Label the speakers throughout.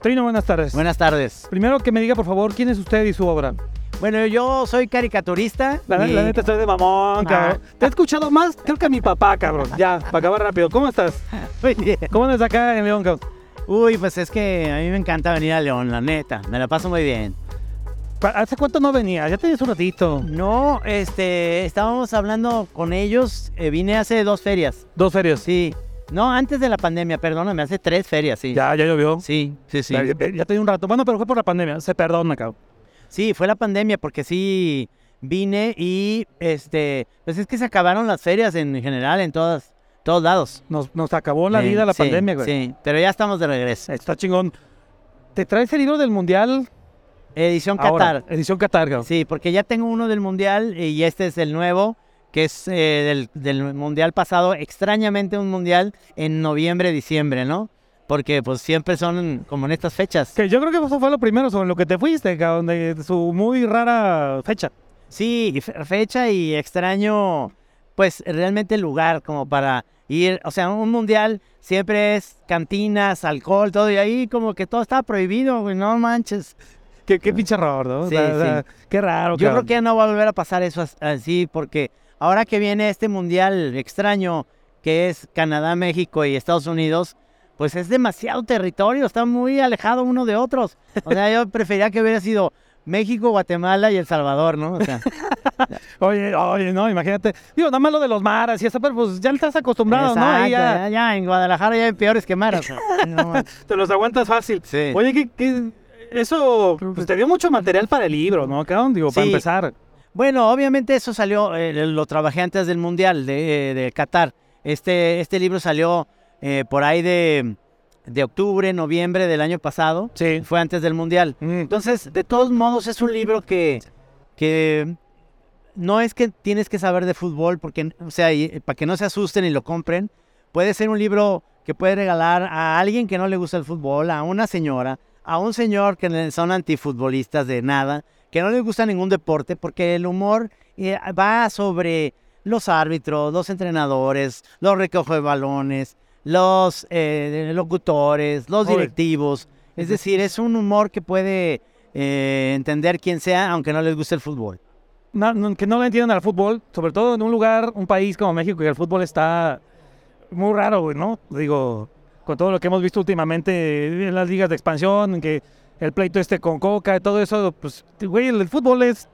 Speaker 1: Trino, buenas tardes.
Speaker 2: Buenas tardes.
Speaker 1: Primero que me diga, por favor, quién es usted y su obra.
Speaker 2: Bueno, yo soy caricaturista.
Speaker 1: La,
Speaker 2: y-
Speaker 1: la neta, estoy de
Speaker 2: Ah.
Speaker 1: mamón, cabrón. Te he escuchado más, creo que a mi papá, cabrón. Ya, para acabar rápido. ¿Cómo estás?
Speaker 2: Muy bien.
Speaker 1: ¿Cómo andas acá en León, cabrón?
Speaker 2: Uy, pues es que a mí me encanta venir a León, la neta. Me la paso muy bien.
Speaker 1: Pa- ¿Hace cuánto no venía? Ya tenías un ratito.
Speaker 2: No, este, estábamos hablando con ellos. eh, vine hace dos ferias.
Speaker 1: Dos ferias.
Speaker 2: Sí. No, antes de la pandemia, perdóname, hace tres ferias, sí.
Speaker 1: Ya, ya llovió.
Speaker 2: Sí, sí, sí.
Speaker 1: Ya, ya, ya tenía un rato. Bueno, pero fue por la pandemia. Se perdona, cabrón.
Speaker 2: Sí, fue la pandemia porque sí vine y este, pues es que se acabaron las ferias en general en todas, todos lados.
Speaker 1: Nos, nos acabó la
Speaker 2: Sí,
Speaker 1: vida la
Speaker 2: sí,
Speaker 1: pandemia, güey.
Speaker 2: Sí, pero ya estamos de regreso.
Speaker 1: Está chingón. ¿Te traes el libro del Mundial?
Speaker 2: Edición
Speaker 1: ahora?
Speaker 2: Qatar.
Speaker 1: Edición Qatar, cabrón.
Speaker 2: Sí, porque ya tengo uno del mundial y este es el nuevo, que es eh, del, del mundial pasado, extrañamente un mundial en noviembre, diciembre, ¿no? Porque pues siempre son como en estas fechas.
Speaker 1: Que yo creo que eso fue lo primero sobre lo que te fuiste, cabrón, de su muy rara fecha.
Speaker 2: Sí, y fe- fecha y extraño, pues realmente el lugar como para ir, o sea, un mundial siempre es cantinas, alcohol, todo, y ahí como que todo está prohibido, güey, no manches.
Speaker 1: Qué, qué pinche error, ¿no? O
Speaker 2: Ah. Sí,
Speaker 1: sea, o sea, Qué raro,
Speaker 2: Yo creo
Speaker 1: cabrón.
Speaker 2: que ya no va a volver a pasar eso as- así, porque ahora que viene este mundial extraño, que es Canadá, México y Estados Unidos, pues es demasiado territorio, está muy alejado uno de otros. O sea, yo preferiría que hubiera sido México, Guatemala y El Salvador, ¿no? O sea,
Speaker 1: Oye, oye, no, imagínate. Digo, nada más lo de los maras y esa, pero pues ya estás acostumbrado, ¿no?
Speaker 2: exacto,
Speaker 1: Ahí ya
Speaker 2: ya, ya en Guadalajara ya hay peores que Mara. o sea, no manches.
Speaker 1: te los aguantas fácil.
Speaker 2: Sí.
Speaker 1: Oye, que, que eso pues, te dio mucho material para el libro, ¿no, cabrón? Digo, para
Speaker 2: Sí.
Speaker 1: empezar.
Speaker 2: Bueno, obviamente eso salió, eh, lo trabajé antes del Mundial de, eh, de Qatar. Este, este libro salió eh, por ahí de, de octubre, noviembre del año pasado.
Speaker 1: Sí.
Speaker 2: Fue antes del Mundial.
Speaker 1: Mm.
Speaker 2: Entonces, de todos modos, es un libro que, que no es que tienes que saber de fútbol, porque, o sea, y- eh, para que no se asusten y lo compren, puede ser un libro que puede regalar a alguien que no le gusta el fútbol, a una señora, a un señor que le- son antifutbolistas de nada, que no les gusta ningún deporte, porque el humor eh, va sobre los árbitros, los entrenadores, los recoge de balones, los eh, locutores, los
Speaker 1: Oye.
Speaker 2: directivos. Es
Speaker 1: Ujú.
Speaker 2: decir, es un humor que puede eh, entender quien sea, aunque no les guste el fútbol.
Speaker 1: No- no- que no le entiendan al fútbol, sobre todo en un lugar, un país como México, que el fútbol está muy raro, güey, ¿no? Digo, con todo lo que hemos visto últimamente en las ligas de expansión, que el pleito este con Coca, y todo eso, pues, güey, el, el fútbol es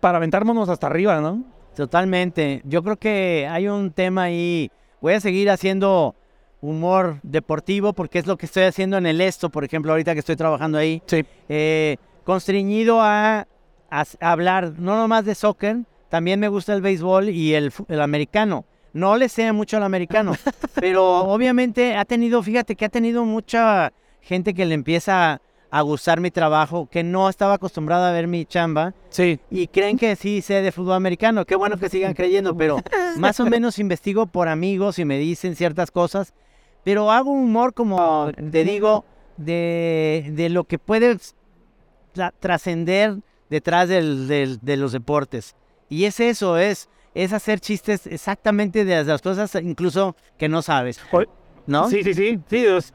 Speaker 1: para aventármonos hasta arriba, ¿no?
Speaker 2: Totalmente. Yo creo que hay un tema ahí. Voy a seguir haciendo humor deportivo porque es lo que estoy haciendo en el esto, por ejemplo, ahorita que estoy trabajando ahí.
Speaker 1: Sí.
Speaker 2: eh, constreñido a, a s- a hablar no nomás de soccer, también me gusta el béisbol y el, fu- el americano. No le sé mucho al americano, pero obviamente ha tenido, fíjate que ha tenido mucha gente que le empieza a gustar mi trabajo, que no estaba acostumbrada a ver mi chamba
Speaker 1: Sí.
Speaker 2: y creen que sí sé de fútbol americano. Qué bueno que sigan creyendo, pero más o menos investigo por amigos y me dicen ciertas cosas, pero hago humor
Speaker 1: Oh,
Speaker 2: como te digo de, de lo que puede tra- trascender detrás del- del- de los deportes. Y es eso, es, es hacer chistes exactamente de las, de las cosas incluso que no sabes,
Speaker 1: Oye,
Speaker 2: ¿no?
Speaker 1: Sí, sí, sí. Sí, pues,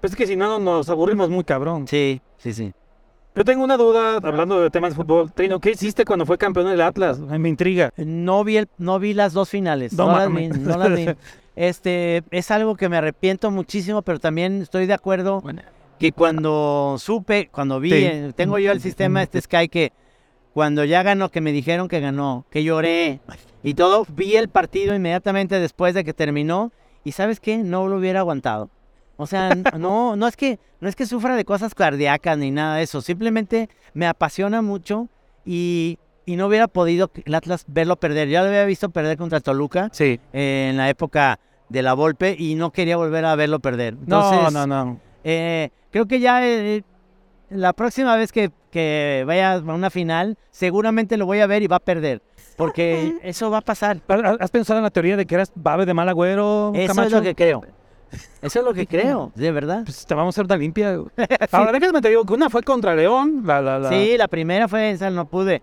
Speaker 1: pues es que si no no, nos aburrimos muy cabrón.
Speaker 2: sí, sí. sí.
Speaker 1: Yo tengo una duda, hablando de temas de fútbol. Trino, ¿qué hiciste cuando fue campeón del Atlas? Ay, Me intriga.
Speaker 2: No vi, el- no vi las dos finales.
Speaker 1: No
Speaker 2: No, las vi.
Speaker 1: mames.
Speaker 2: no las vi. Este, es algo que me arrepiento muchísimo, pero también estoy de acuerdo que cuando supe, cuando vi,
Speaker 1: Sí.
Speaker 2: eh, tengo yo el sistema este Sky que cuando ya ganó, que me dijeron que ganó, que lloré y todo, vi el partido inmediatamente después de que terminó y ¿sabes qué? No lo hubiera aguantado. O sea, n- no, no es que no es que sufra de cosas cardíacas ni nada de eso, simplemente me apasiona mucho y, y no hubiera podido el Atlas verlo perder. Ya lo había visto perder contra Toluca
Speaker 1: Sí.
Speaker 2: eh, en la época de la Volpe y no quería volver a verlo perder.
Speaker 1: No,
Speaker 2: Entonces,
Speaker 1: no, no.
Speaker 2: eh, creo que ya eh, la próxima vez que, que vaya a una final, seguramente lo voy a ver y va a perder. Porque eso va a pasar.
Speaker 1: ¿Has has pensado en la teoría de que eras babe de mal agüero,
Speaker 2: Eso es
Speaker 1: Camacho?
Speaker 2: lo que creo. Eso es lo que creo, de verdad.
Speaker 1: Pues te vamos a hacer una limpia. güey. Ahora déjame te digo que una fue contra León. La, la, la,
Speaker 2: Sí, la primera fue esa, no pude.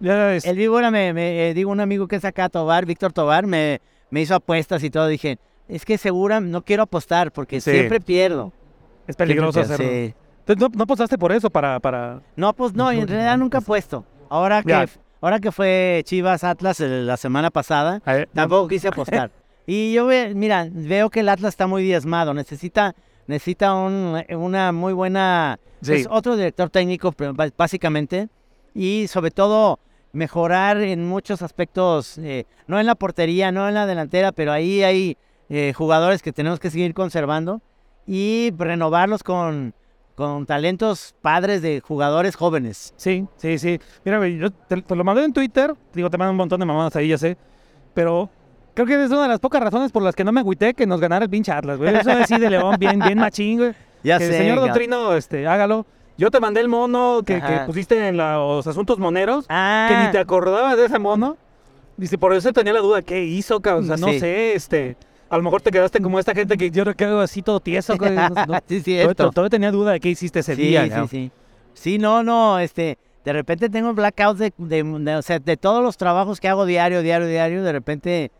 Speaker 1: Ya es-
Speaker 2: El víbora me, me, eh, digo un amigo que es acá Tobar, Víctor Tobar, me, me hizo apuestas y todo. Dije, es que segura no quiero apostar porque
Speaker 1: Sí.
Speaker 2: siempre pierdo.
Speaker 1: Es peligroso
Speaker 2: Siempre te-
Speaker 1: hacerlo.
Speaker 2: sí.
Speaker 1: Entonces, ¿no, no apostaste por eso para, para...
Speaker 2: No, pues no, en realidad nunca puesto. Ahora
Speaker 1: Ya.
Speaker 2: que, ahora que fue Chivas Atlas eh, la semana pasada,
Speaker 1: a ver,
Speaker 2: Tampoco quise apostar. Y yo, ve- mira, veo que el Atlas está muy diezmado. Necesita, necesita un- una muy buena...
Speaker 1: Sí.
Speaker 2: pues, otro director técnico, pero ba- básicamente. Y sobre todo, mejorar en muchos aspectos. eh, no en la portería, no en la delantera, pero ahí hay eh, jugadores que tenemos que seguir conservando. Y renovarlos con, con talentos padres de jugadores jóvenes.
Speaker 1: Sí, sí, sí. Mira, güey, yo te, te lo mandé en Twitter. Digo, te mandan un montón de mamadas ahí, ya sé. Pero creo que es una de las pocas razones por las que no me agüité que nos ganara el pinche Atlas, güey. Eso así de León, bien, bien machín, güey.
Speaker 2: Ya
Speaker 1: que el señor
Speaker 2: Gab-
Speaker 1: Doctrino, este, hágalo. Yo te mandé el mono que, que
Speaker 2: Ajá.
Speaker 1: pusiste en la- los asuntos moneros,
Speaker 2: Ah,
Speaker 1: que ni te acordabas de ese mono. Dice, por eso tenía la duda, ¿qué hizo, cabrón? O sea, no
Speaker 2: Sí.
Speaker 1: sé, este... A lo mejor te quedaste como esta gente que yo creo así todo tieso, güey. No- no-
Speaker 2: sí,
Speaker 1: todavía-
Speaker 2: es cierto.
Speaker 1: Todavía tenía duda de qué hiciste ese
Speaker 2: sí,
Speaker 1: este día,
Speaker 2: Sí,
Speaker 1: cabrón.
Speaker 2: sí, sí. no, no, este, de repente tengo blackouts de, de- de- o sea, de todos los trabajos que hago diario, diario, diario, de repente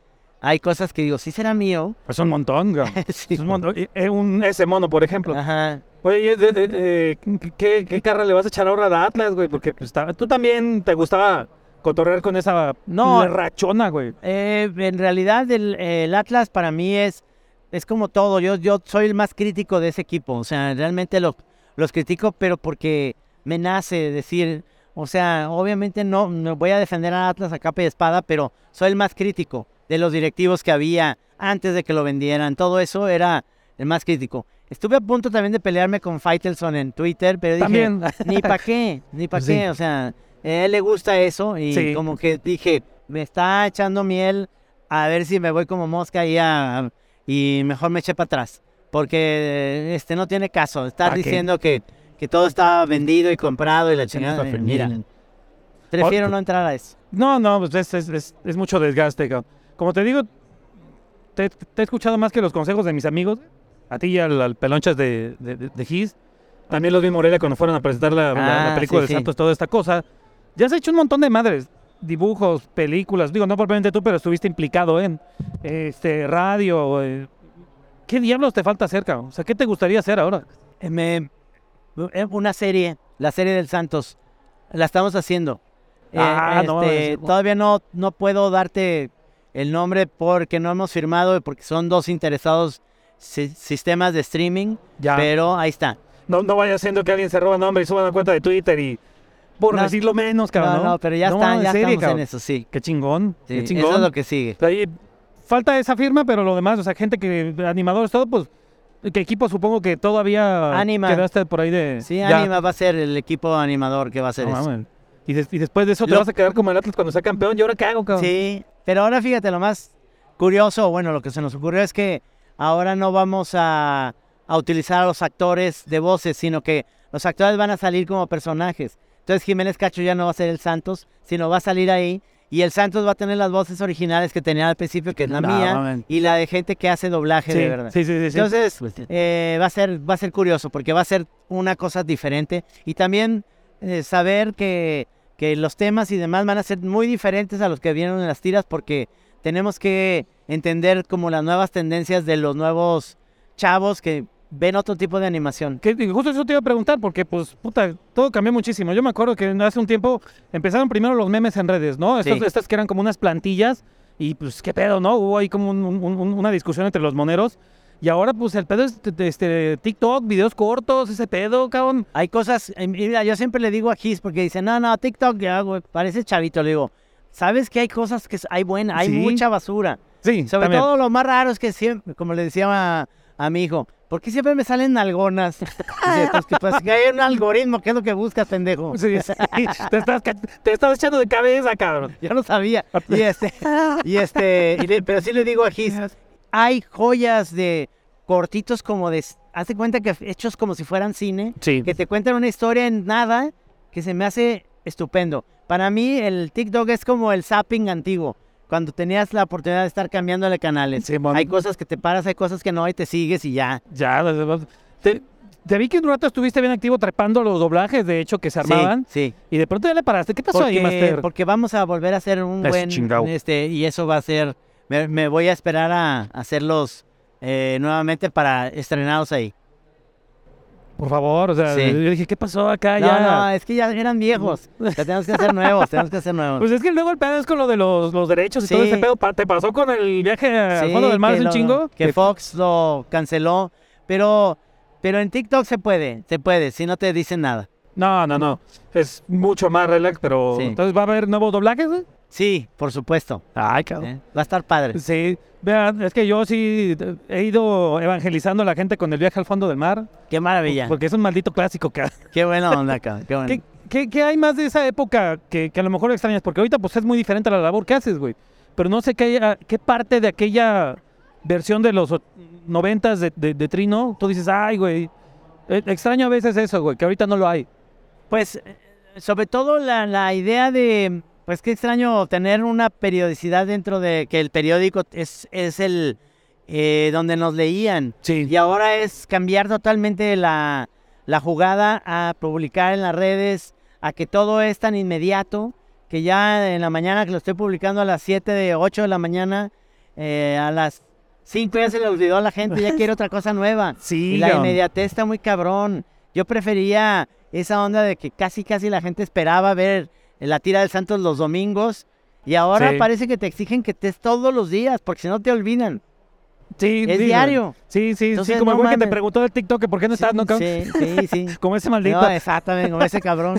Speaker 2: hay cosas que digo, sí será mío.
Speaker 1: Pues un montón, güey.
Speaker 2: Sí.
Speaker 1: Es un montón. Ah. Eh, eh, un- ese mono, por ejemplo.
Speaker 2: Ajá.
Speaker 1: Oye, de- de- de- ¿qué, ¿qué carra le vas a echar ahora a Atlas, güey? Porque pues, ta- tú también te gustaba cotorrear con esa
Speaker 2: No.
Speaker 1: rachona, güey.
Speaker 2: Eh, en realidad el, el Atlas para mí es, es como todo, yo, yo soy el más crítico de ese equipo, o sea, realmente los, los critico, pero porque me nace decir, o sea, obviamente no, no voy a defender a Atlas a capa y espada, pero soy el más crítico de los directivos que había antes de que lo vendieran, todo eso era el más crítico. Estuve a punto también de pelearme con Faitelson en Twitter, pero dije,
Speaker 1: También.
Speaker 2: ni para qué, ni para
Speaker 1: Sí.
Speaker 2: qué, o sea, a él le gusta eso y
Speaker 1: Sí.
Speaker 2: como que dije, me está echando miel, a ver si me voy como mosca y, a- y mejor me eché para atrás, porque este no tiene caso, estar
Speaker 1: ¿Pa' qué?
Speaker 2: diciendo que, que todo está vendido y comprado y la
Speaker 1: Sí,
Speaker 2: chingada,
Speaker 1: está
Speaker 2: eh, mira,
Speaker 1: femenil.
Speaker 2: prefiero
Speaker 1: Ot-
Speaker 2: no entrar a eso.
Speaker 1: No, no, pues es, es- es- es mucho desgaste, cabrón. Como te digo, te, te he escuchado más que los consejos de mis amigos, a ti y al, al pelonchas de, de, de- de Gis. También los vi en Morelia cuando fueron a presentar la, la- la
Speaker 2: Ah,
Speaker 1: película
Speaker 2: sí,
Speaker 1: de
Speaker 2: sí.
Speaker 1: Santos, toda esta cosa. Ya has hecho un montón de madres, dibujos, películas. Digo, no propiamente tú, pero estuviste implicado en este radio. eh. ¿Qué diablos te falta hacer, cabrón? O sea, ¿qué te gustaría hacer ahora?
Speaker 2: Eh, me- eh, una serie, la serie del Santos, la estamos haciendo. Eh,
Speaker 1: Ah, no,
Speaker 2: este,
Speaker 1: es-
Speaker 2: todavía no, no puedo darte el nombre porque no hemos firmado y porque son dos interesados si- sistemas de streaming,
Speaker 1: Ya.
Speaker 2: pero ahí está.
Speaker 1: No, no vaya siendo que alguien se roba nombre y suba una cuenta de Twitter y. Por
Speaker 2: No.
Speaker 1: decirlo menos, cabrón.
Speaker 2: no, no, pero ya,
Speaker 1: No,
Speaker 2: está,
Speaker 1: en
Speaker 2: ya
Speaker 1: serio,
Speaker 2: estamos
Speaker 1: cabrón.
Speaker 2: en eso, sí.
Speaker 1: Qué chingón,
Speaker 2: Sí,
Speaker 1: qué
Speaker 2: eso
Speaker 1: chingón.
Speaker 2: es lo que sigue.
Speaker 1: Ahí falta esa firma, pero lo demás, o sea, gente que, animadores, todo, pues, que equipo supongo que todavía
Speaker 2: Anima.
Speaker 1: quedaste por ahí de...
Speaker 2: Sí,
Speaker 1: ya,
Speaker 2: Anima va a ser el equipo animador que va a hacer
Speaker 1: no
Speaker 2: eso.
Speaker 1: mames. Y, des- y después de eso te
Speaker 2: Lo-
Speaker 1: vas a quedar como el Atlas cuando sea campeón, ¿y ahora qué hago, cabrón?
Speaker 2: Sí, pero ahora fíjate, lo más curioso, bueno, lo que se nos ocurrió es que ahora no vamos a, a utilizar a los actores de voces, sino que los actores van a salir como personajes. Entonces Jiménez Cacho ya no va a ser el Santos, sino va a salir ahí. Y el Santos va a tener las voces originales que tenía al principio, que es la
Speaker 1: No,
Speaker 2: mía,
Speaker 1: mames.
Speaker 2: y la de gente que hace doblaje
Speaker 1: sí,
Speaker 2: de verdad.
Speaker 1: sí, sí, sí, sí.
Speaker 2: Entonces, eh, va, a ser, va a ser curioso porque va a ser una cosa diferente y también eh, saber que, que los temas y demás van a ser muy diferentes a los que vieron en las tiras porque tenemos que entender como las nuevas tendencias de los nuevos chavos que ven otro tipo de animación.
Speaker 1: Que- y justo eso te iba a preguntar, porque, pues, puta, todo cambió muchísimo. Yo me acuerdo que hace un tiempo empezaron primero los memes en redes, ¿no? Estas,
Speaker 2: Sí.
Speaker 1: estas que eran como unas plantillas y, pues, qué pedo, ¿no? Hubo ahí como un- un- un- una discusión entre los moneros. Y ahora, pues, el pedo es este, este, TikTok, videos cortos, ese pedo, cabrón.
Speaker 2: Hay cosas, eh, mira, yo siempre le digo a Gis porque dice, no, no, TikTok, ya, güey, parece chavito, le digo. Sabes que hay cosas que s- hay buenas, hay
Speaker 1: Sí.
Speaker 2: mucha basura.
Speaker 1: Sí,
Speaker 2: Sobre
Speaker 1: también.
Speaker 2: todo lo más raro es que siempre, como le decía a, a mi hijo, ¿por qué siempre me salen algonas? Dice, pues que, pues, que hay un algoritmo, ¿qué es lo que buscas, pendejo?
Speaker 1: Sí, sí, te, estás, ca- te estás echando de cabeza, cabrón.
Speaker 2: Yo no sabía. Y este, y este, y le- pero sí le digo a Gis, hay joyas de cortitos como de, hace cuenta que hechos como si fueran cine,
Speaker 1: Sí.
Speaker 2: que te cuentan una historia en nada que se me hace estupendo. Para mí el TikTok es como el zapping antiguo, cuando tenías la oportunidad de estar cambiándole canales.
Speaker 1: Sí, mon.
Speaker 2: hay cosas que te paras, hay cosas que no, y te sigues y ya.
Speaker 1: Ya, las- las- te, te vi que un rato estuviste bien activo trepando los doblajes, de hecho, que se
Speaker 2: Sí,
Speaker 1: armaban.
Speaker 2: Sí,
Speaker 1: Y de pronto ya le paraste. ¿Qué pasó ahí,
Speaker 2: Porque,
Speaker 1: Master?
Speaker 2: porque vamos a volver a hacer un
Speaker 1: Es
Speaker 2: buen...
Speaker 1: chingao.
Speaker 2: Este, y eso va a ser... Me, me voy a esperar a hacerlos eh, nuevamente para estrenarlos ahí.
Speaker 1: Por favor, o sea,
Speaker 2: Sí.
Speaker 1: yo dije, ¿qué pasó acá?
Speaker 2: No,
Speaker 1: Ah, ya.
Speaker 2: no, eh. es que ya eran viejos. Ya tenemos que hacer nuevos, tenemos que hacer nuevos.
Speaker 1: Pues es que luego el pedo es con lo de los, los derechos y todo
Speaker 2: Sí.
Speaker 1: ese pedo. Pa- ¿Te pasó con el viaje al
Speaker 2: Sí,
Speaker 1: fondo del mar
Speaker 2: que
Speaker 1: hace un
Speaker 2: lo-
Speaker 1: chingo?
Speaker 2: Que Fox lo canceló, pero, pero en TikTok se puede, se puede, si no te dicen nada.
Speaker 1: No, no, no. Es mucho más relax, pero...
Speaker 2: Sí.
Speaker 1: Entonces, ¿va a haber nuevos doblajes? güey?
Speaker 2: Sí, por supuesto.
Speaker 1: Ay, cabrón.
Speaker 2: ¿eh? Va a estar padre.
Speaker 1: Sí, vean, es que yo sí eh, he ido evangelizando a la gente con el viaje al fondo del mar,
Speaker 2: Qué maravilla.
Speaker 1: porque es un maldito clásico. Que,
Speaker 2: Qué buena onda, cabrón. Qué bueno.
Speaker 1: pues, ¿Qué, qué, qué hay más de esa época que, que a lo mejor extrañas? Porque ahorita pues es muy diferente a la labor que haces, güey. Pero no sé qué, haya- qué parte de aquella versión de los o- noventas de, de- de Trino, tú dices, ay, güey, eh, extraño a veces eso, güey, que ahorita no lo hay.
Speaker 2: Pues, eh, sobre todo la, la idea de, pues qué extraño tener una periodicidad dentro de que el periódico es, es el eh, donde nos leían.
Speaker 1: Sí.
Speaker 2: Y ahora es cambiar totalmente la, la jugada a publicar en las redes, a que todo es tan inmediato, que ya en la mañana que lo estoy publicando a las 7 de 8 de la mañana, eh, a las 5 ya se le olvidó a la gente, ya quiere otra cosa nueva.
Speaker 1: Sí,
Speaker 2: Y la
Speaker 1: cabrón.
Speaker 2: inmediatez está muy cabrón. Yo prefería esa onda de que casi casi la gente esperaba ver la tira del Santos los domingos. Y ahora
Speaker 1: Sí.
Speaker 2: parece que te exigen que estés todos los días, porque si no te olvidan.
Speaker 1: Sí,
Speaker 2: Es
Speaker 1: sí,
Speaker 2: diario.
Speaker 1: güey. Sí, sí,
Speaker 2: Entonces,
Speaker 1: sí, como el
Speaker 2: no
Speaker 1: güey que te
Speaker 2: mames.
Speaker 1: preguntó del TikTok que por qué no estás, ¿no, cabrón?
Speaker 2: Sí, sí, sí.
Speaker 1: Como ese maldito.
Speaker 2: No, exactamente, como ese cabrón.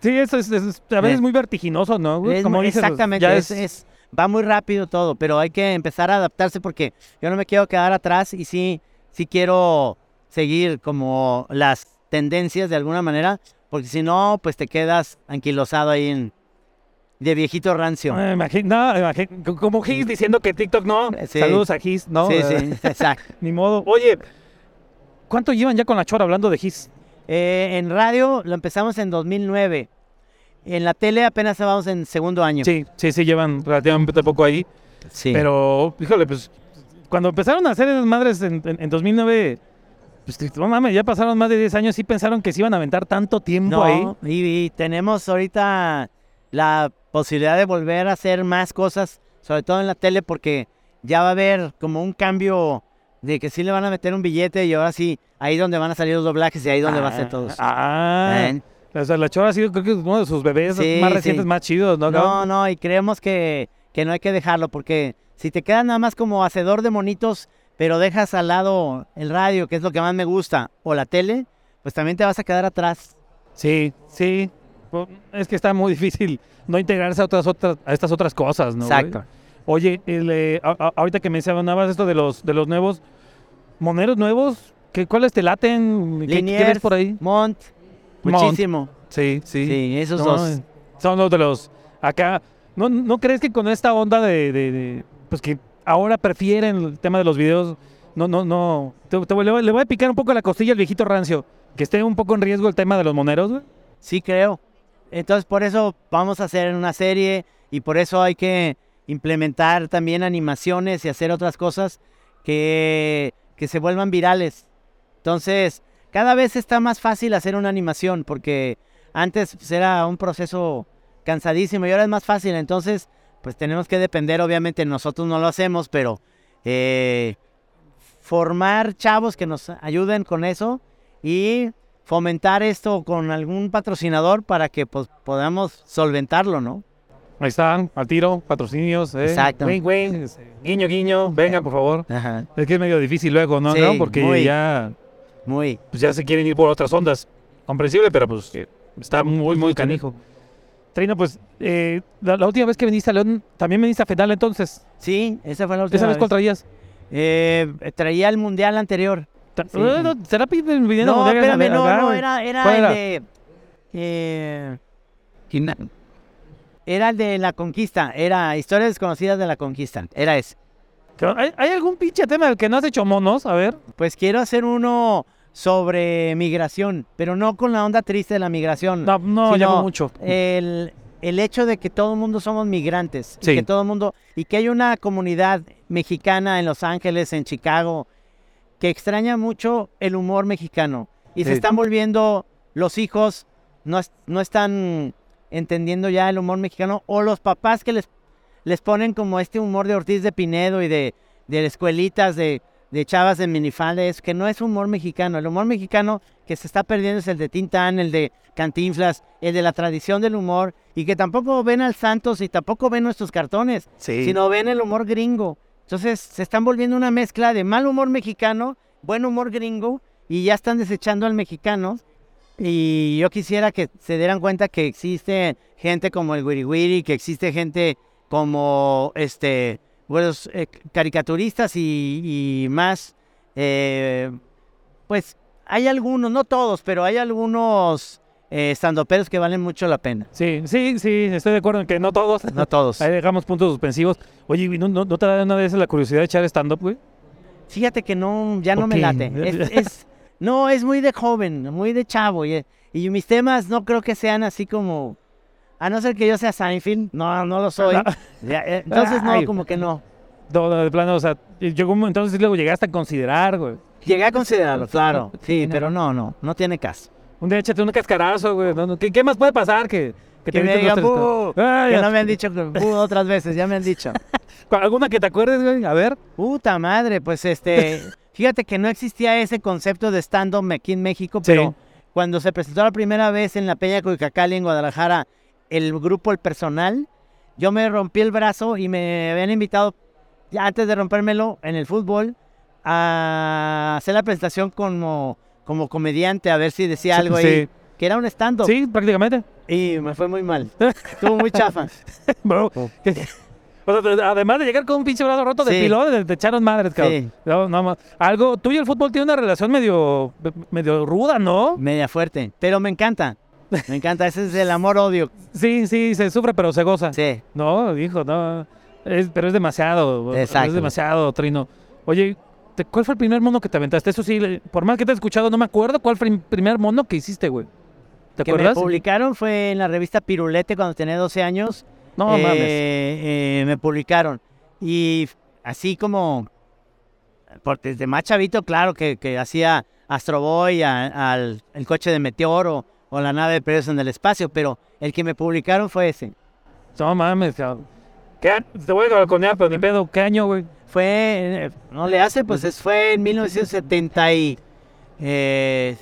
Speaker 1: Sí, eso es, eso es- a veces
Speaker 2: Eh.
Speaker 1: es muy vertiginoso, ¿no? güey?
Speaker 2: Es
Speaker 1: Como
Speaker 2: muy-
Speaker 1: dices,
Speaker 2: exactamente,
Speaker 1: ya
Speaker 2: es, es- va muy rápido todo, pero hay que empezar a adaptarse porque yo no me quiero quedar atrás y sí, sí quiero seguir como las tendencias de alguna manera, porque si no, pues te quedas anquilosado ahí en, de viejito rancio.
Speaker 1: Ah, imagi- no, imagi- co- como Gis diciendo que TikTok no.
Speaker 2: Sí.
Speaker 1: Saludos a Gis, ¿no?
Speaker 2: sí,
Speaker 1: Eh,
Speaker 2: sí, exacto.
Speaker 1: Ni modo. Oye, ¿cuánto llevan ya con la chora hablando de Gis?
Speaker 2: Eh, en radio lo empezamos en 2009. En la tele apenas vamos en segundo año.
Speaker 1: Sí, sí, sí, llevan relativamente poco ahí.
Speaker 2: Sí.
Speaker 1: Pero, híjole, pues, cuando empezaron a hacer esas madres en, en- en 2009, pues, que- no mames, ya pasaron más de 10 años y pensaron que se iban a aventar tanto tiempo ahí.
Speaker 2: No, y, y tenemos ahorita la posibilidad de volver a hacer más cosas, sobre todo en la tele, porque ya va a haber como un cambio de que sí le van a meter un billete y ahora sí, ahí es donde van a salir los doblajes y ahí es donde va a ser todos.
Speaker 1: Ah,
Speaker 2: ¿Eh?
Speaker 1: o sea, la chora ha sido, creo que es uno de sus bebés
Speaker 2: Sí,
Speaker 1: más
Speaker 2: sí.
Speaker 1: recientes, más chidos, ¿no?
Speaker 2: No, no, y creemos que, que no hay que dejarlo, porque si te quedas nada más como hacedor de monitos, pero dejas al lado el radio, que es lo que más me gusta, o la tele, pues también te vas a quedar atrás.
Speaker 1: Sí, sí. Po- Es que está muy difícil no integrarse a otras otras a estas otras cosas, ¿no? güey?
Speaker 2: Exacto.
Speaker 1: Oye, el, eh, a- a- ahorita que mencionabas esto de los de los nuevos moneros nuevos, ¿qué, ¿cuáles te laten? ¿Qué- ¿Qué, ves
Speaker 2: Liniers,
Speaker 1: por ahí?
Speaker 2: Mont,
Speaker 1: Mont.
Speaker 2: muchísimo.
Speaker 1: Sí,
Speaker 2: Sí, esos
Speaker 1: No,
Speaker 2: dos.
Speaker 1: eh, Son los de los acá. ¿No, no crees que con esta onda de, de- de- pues que ahora prefieren el tema de los videos? No, no, no. Te- te- le, voy, le voy a picar un poco la costilla al viejito rancio. Que esté un poco en riesgo el tema de los moneros, güey.
Speaker 2: Sí, creo. Entonces, por eso vamos a hacer una serie y por eso hay que implementar también animaciones y hacer otras cosas que, que se vuelvan virales. Entonces, cada vez está más fácil hacer una animación porque antes pues, era un proceso cansadísimo y ahora es más fácil. Entonces, pues tenemos que depender, obviamente nosotros no lo hacemos, pero eh, formar chavos que nos ayuden con eso y fomentar esto con algún patrocinador para que pues, podamos solventarlo, ¿no?
Speaker 1: Ahí están, al tiro, patrocinios. Eh.
Speaker 2: Exacto.
Speaker 1: Wing, wing, guiño, guiño, venga, por favor.
Speaker 2: Ajá.
Speaker 1: Es que es medio difícil luego, ¿no?
Speaker 2: Sí,
Speaker 1: ¿No? Porque
Speaker 2: muy.
Speaker 1: ya,
Speaker 2: Muy.
Speaker 1: pues ya se quieren ir por otras ondas. Comprensible, pero pues que está muy, muy canijo. Trino, pues eh, la, la última vez que viniste a León, también viniste a Fedal entonces.
Speaker 2: Sí, esa fue la última
Speaker 1: ¿Esa vez
Speaker 2: vez.
Speaker 1: cuál traías?
Speaker 2: Eh, traía el mundial anterior.
Speaker 1: Ta-
Speaker 2: Sí.
Speaker 1: Eh, no, ¿Será pidiendo pidiendo
Speaker 2: no,
Speaker 1: bodegas? A
Speaker 2: espérame,
Speaker 1: ver,
Speaker 2: no,
Speaker 1: acá,
Speaker 2: no,
Speaker 1: güey.
Speaker 2: era, era
Speaker 1: ¿Cuál
Speaker 2: el
Speaker 1: era?
Speaker 2: de... eh, era el de La Conquista, era Historias Desconocidas de la Conquista, era ese.
Speaker 1: ¿Hay, hay algún pinche tema del que no has hecho monos? A ver.
Speaker 2: Pues quiero hacer uno sobre migración, pero no con la onda triste de la migración.
Speaker 1: No, no,
Speaker 2: Sí,
Speaker 1: ya
Speaker 2: no. Eh.
Speaker 1: fue mucho.
Speaker 2: el, el hecho de que todo el mundo somos migrantes
Speaker 1: Sí.
Speaker 2: y que todo el mundo y que hay una comunidad mexicana en Los Ángeles, en Chicago, que extraña mucho el humor mexicano y se
Speaker 1: Sí.
Speaker 2: están volviendo los hijos no, es- no están entendiendo ya el humor mexicano o los papás que les les ponen como este humor de Ortiz de Pinedo y de, de escuelitas de de chavas en minifales, que no es humor mexicano. El humor mexicano que se está perdiendo es el de Tintán, el de Cantinflas, el de la tradición del humor, y que tampoco ven al Santos y tampoco ven nuestros cartones,
Speaker 3: Sí.
Speaker 2: sino ven el humor gringo. Entonces se están volviendo una mezcla de mal humor mexicano, buen humor gringo, y ya están desechando al mexicano. Y yo quisiera que se dieran cuenta que existe gente como el Wiri Wiri, que existe gente como este, buenos eh, caricaturistas y, y más. eh, pues hay algunos, no todos, pero hay algunos eh, estandoperos que valen mucho la pena.
Speaker 1: Sí, sí, sí, estoy de acuerdo en que no todos.
Speaker 2: No todos.
Speaker 1: Ahí dejamos puntos suspensivos. Oye, ¿y ¿no, no, no te da una vez la curiosidad de echar stand-up, güey?
Speaker 2: Fíjate que no, ya no
Speaker 1: ¿Por
Speaker 2: me
Speaker 1: qué?
Speaker 2: late. Es- es- no, es muy de joven, muy de chavo. Y, y mis temas no creo que sean así como. A no ser que yo sea Seinfeld, no, no lo soy. Ya, eh, Entonces, no,
Speaker 1: Ay.
Speaker 2: como que no.
Speaker 1: No, no, de plano, o sea, llegó un momento, entonces luego llegaste a considerar, güey.
Speaker 2: Llegué a considerarlo, claro. Sí, pero no, no, no tiene caso.
Speaker 1: Un día échate un cascarazo, güey. no, no, ¿Qué, qué más puede pasar que, que
Speaker 2: Que me
Speaker 1: griten
Speaker 2: digan,
Speaker 1: los tres-
Speaker 2: "Bu",
Speaker 1: Ay,
Speaker 2: que
Speaker 1: ya-
Speaker 2: no me han dicho que, "Bu", otras veces, ya me han dicho.
Speaker 1: ¿Alguna que te acuerdes, güey? A ver.
Speaker 2: Puta madre, pues este, fíjate que no existía ese concepto de stand-up aquí en México,
Speaker 1: Sí.
Speaker 2: pero cuando se presentó la primera vez en la Peña Cuicacali en Guadalajara, el grupo El Personal, yo me rompí el brazo y me habían invitado, ya antes de rompérmelo, en el fútbol, a hacer la presentación como, como comediante, a ver si decía algo
Speaker 1: sí,
Speaker 2: ahí, que era un stand-up,
Speaker 1: Sí, prácticamente.
Speaker 2: y me fue muy mal, estuvo muy chafa.
Speaker 1: Bro, que- o sea, te- además de llegar con un pinche brazo roto de
Speaker 2: Oh. Sí.
Speaker 1: pilón, te, te echaron madres, cabrón.
Speaker 2: Sí.
Speaker 1: No, no, ma- algo, tú y el fútbol tiene una relación medio, medio ruda, ¿no?
Speaker 2: Media fuerte, pero me encanta, me encanta, ese es el amor-odio,
Speaker 1: Sí, sí, se sufre, pero se goza.
Speaker 2: sí.
Speaker 1: No, hijo, no. Es- pero es demasiado.
Speaker 2: Exacto.
Speaker 1: Es demasiado, Trino. Oye, te- ¿cuál fue el primer mono que te aventaste? Eso sí, le- por más que te he escuchado, no me acuerdo cuál fue el primer mono que hiciste, güey. ¿Te
Speaker 2: que
Speaker 1: acuerdas?
Speaker 2: me publicaron fue en la revista Pirulete cuando tenía 12 años.
Speaker 1: No
Speaker 2: Eh,
Speaker 1: mames.
Speaker 2: eh, me publicaron. Y f- así como, porque desde más chavito, claro, que, que hacía Astroboy, a- al el coche de Meteoro o la nave de Perdidos en el espacio, pero el que me publicaron fue ese.
Speaker 1: No mames, cabrón. ¿Qué? Te voy a balconear, pero ni pedo. ¿Qué año, güey?
Speaker 2: Fue, eh, no le hace, pues es- fue en 1975, eh,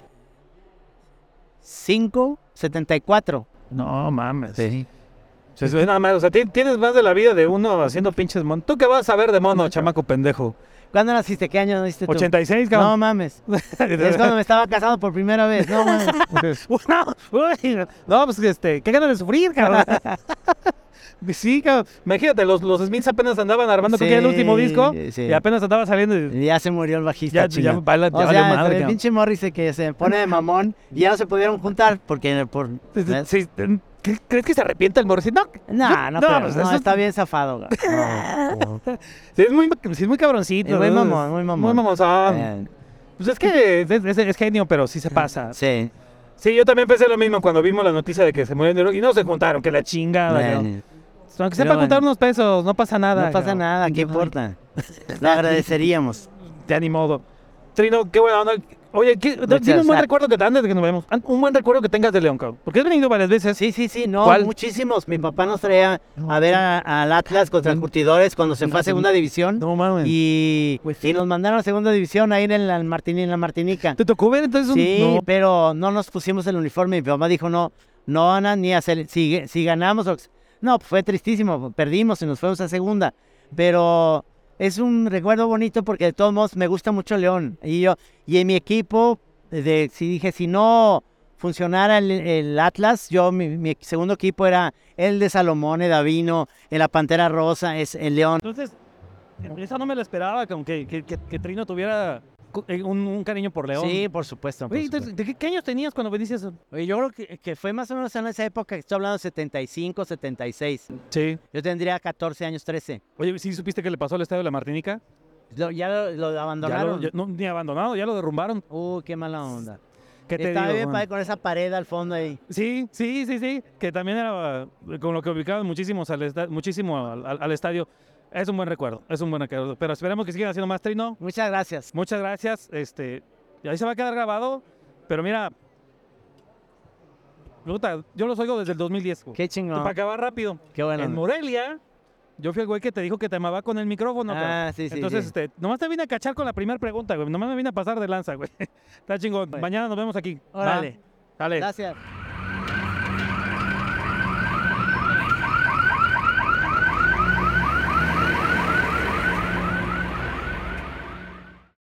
Speaker 2: 74.
Speaker 1: No mames. Se suena nada más. O sea, ti- tienes más de la vida de uno haciendo pinches monos. ¿Tú qué vas a ver de mono, chamaco pendejo?
Speaker 2: ¿Cuándo naciste? ¿Qué año naciste tú?
Speaker 1: 86,
Speaker 2: No
Speaker 1: cabrón.
Speaker 2: mames. Es cuando me estaba casado por primera vez, no mames.
Speaker 1: no, uy, no, pues este, qué ganas de sufrir, cabrón. sí, cabrón. Imagínate, los, los Smiths apenas andaban armando con que era el último disco
Speaker 2: Sí.
Speaker 1: y apenas andaba saliendo. y-
Speaker 2: Ya se murió el bajista.
Speaker 1: Ya-
Speaker 2: chinga.
Speaker 1: ya baila- ya
Speaker 2: o
Speaker 1: valió
Speaker 2: sea,
Speaker 1: madre,
Speaker 2: el
Speaker 1: cabrón.
Speaker 2: pinche Morrissey que se pone de mamón y ya no se pudieron juntar porque por. ¿ves?
Speaker 1: Sí, ¿cre- ¿Crees que se arrepienta el Morrissey? No,
Speaker 2: No,
Speaker 1: yo-
Speaker 2: no, pero,
Speaker 1: pues
Speaker 2: no,
Speaker 1: eso-
Speaker 2: está bien zafado. güey. eh,
Speaker 1: Sí, es muy, sí, es muy cabroncito.
Speaker 2: Es muy
Speaker 1: ¿no?
Speaker 2: mamón, muy mamón.
Speaker 1: Muy mamonzón.
Speaker 2: Eh,
Speaker 1: Pues es que es, es- es genio, pero sí se pasa.
Speaker 2: sí.
Speaker 1: Sí, yo también pensé lo mismo cuando vimos la noticia de que se murió Nero y no se juntaron, que la chingada. cabrón.
Speaker 2: Bueno,
Speaker 1: Aunque sea
Speaker 2: Pero
Speaker 1: para juntar
Speaker 2: bueno.
Speaker 1: unos pesos, no pasa nada.
Speaker 2: eh, no pasa
Speaker 1: cabrón.
Speaker 2: nada, ¿qué importa? Lo agradeceríamos.
Speaker 1: Ya ni modo. Trino, qué buena onda. Oye, ¿qué-
Speaker 2: Muchas
Speaker 1: dime un buen
Speaker 2: gracias.
Speaker 1: recuerdo que te antes de que nos vemos. Un buen recuerdo que tengas de León, cabrón. Porque has venido varias veces.
Speaker 2: Sí, sí, sí, no,
Speaker 1: ¿Cuál?
Speaker 2: muchísimos. Mi papá nos traía a ver a- al Atlas contra el Curtidores cuando se fue a segunda división.
Speaker 1: No mames.
Speaker 2: Y, y nos mandaron a segunda división a ir en la, Martini- en la Martinica.
Speaker 1: ¿Te tocó ver entonces un.?
Speaker 2: Sí,
Speaker 1: No.
Speaker 2: pero no nos pusimos el uniforme. Mi mamá dijo, no, no van a ni hacer, si, si ganamos. o- No, pues fue tristísimo, perdimos y nos fuimos a segunda. Pero es un recuerdo bonito porque de todos modos me gusta mucho León. Y yo, y en mi equipo, de, si dije, si no funcionara el, el Atlas, yo, mi, mi segundo equipo era el de Salomón, el Davino, el La Pantera Rosa, es el León.
Speaker 1: Entonces, esa no me la esperaba, cabrón, que, que, que- que Trino tuviera cu- eh, un, un cariño por León.
Speaker 2: Sí, por supuesto. por
Speaker 1: Oye, entonces,
Speaker 2: supuesto.
Speaker 1: ¿de qué, qué años tenías cuando veniste eso?
Speaker 2: Oye, yo creo que, que fue más o menos en esa época, estoy hablando de 75, 76.
Speaker 1: Sí.
Speaker 2: Yo tendría 14 años, 13.
Speaker 1: Oye, ¿sí supiste que le pasó al estadio de la Martinica?
Speaker 2: Lo- ya lo, lo
Speaker 1: Ya lo-
Speaker 2: abandonaron.
Speaker 1: ya- no, ni abandonado, ya lo derrumbaron.
Speaker 2: Uh, qué mala onda.
Speaker 1: ¿Qué te
Speaker 2: Estaba
Speaker 1: digo,
Speaker 2: bien
Speaker 1: man?
Speaker 2: padre con esa pared al fondo ahí.
Speaker 1: Sí, sí, sí, sí. Que también era eh, con lo que ubicaban muchísimos al esta- muchísimo al, al- al estadio. Es un buen recuerdo, es un buen recuerdo. Pero esperemos que sigan haciendo más trino.
Speaker 2: Muchas gracias.
Speaker 1: Muchas gracias. Este, y ahí se va a quedar grabado. Pero mira, puta, yo los oigo desde el 2010. güey.
Speaker 2: Qué chingón.
Speaker 1: Para acabar rápido.
Speaker 2: Qué bueno.
Speaker 1: En Morelia Yo fui el güey que te dijo que te amaba con el micrófono, cabrón.
Speaker 2: ah, sí, sí.
Speaker 1: Entonces,
Speaker 2: sí.
Speaker 1: este, nomás te vine a cachar con la primera pregunta, güey. Nomás me vine a pasar de lanza, güey. Está chingón.
Speaker 2: Bueno.
Speaker 1: Mañana nos vemos aquí.
Speaker 2: Órale.
Speaker 1: Va. Dale.
Speaker 2: Gracias.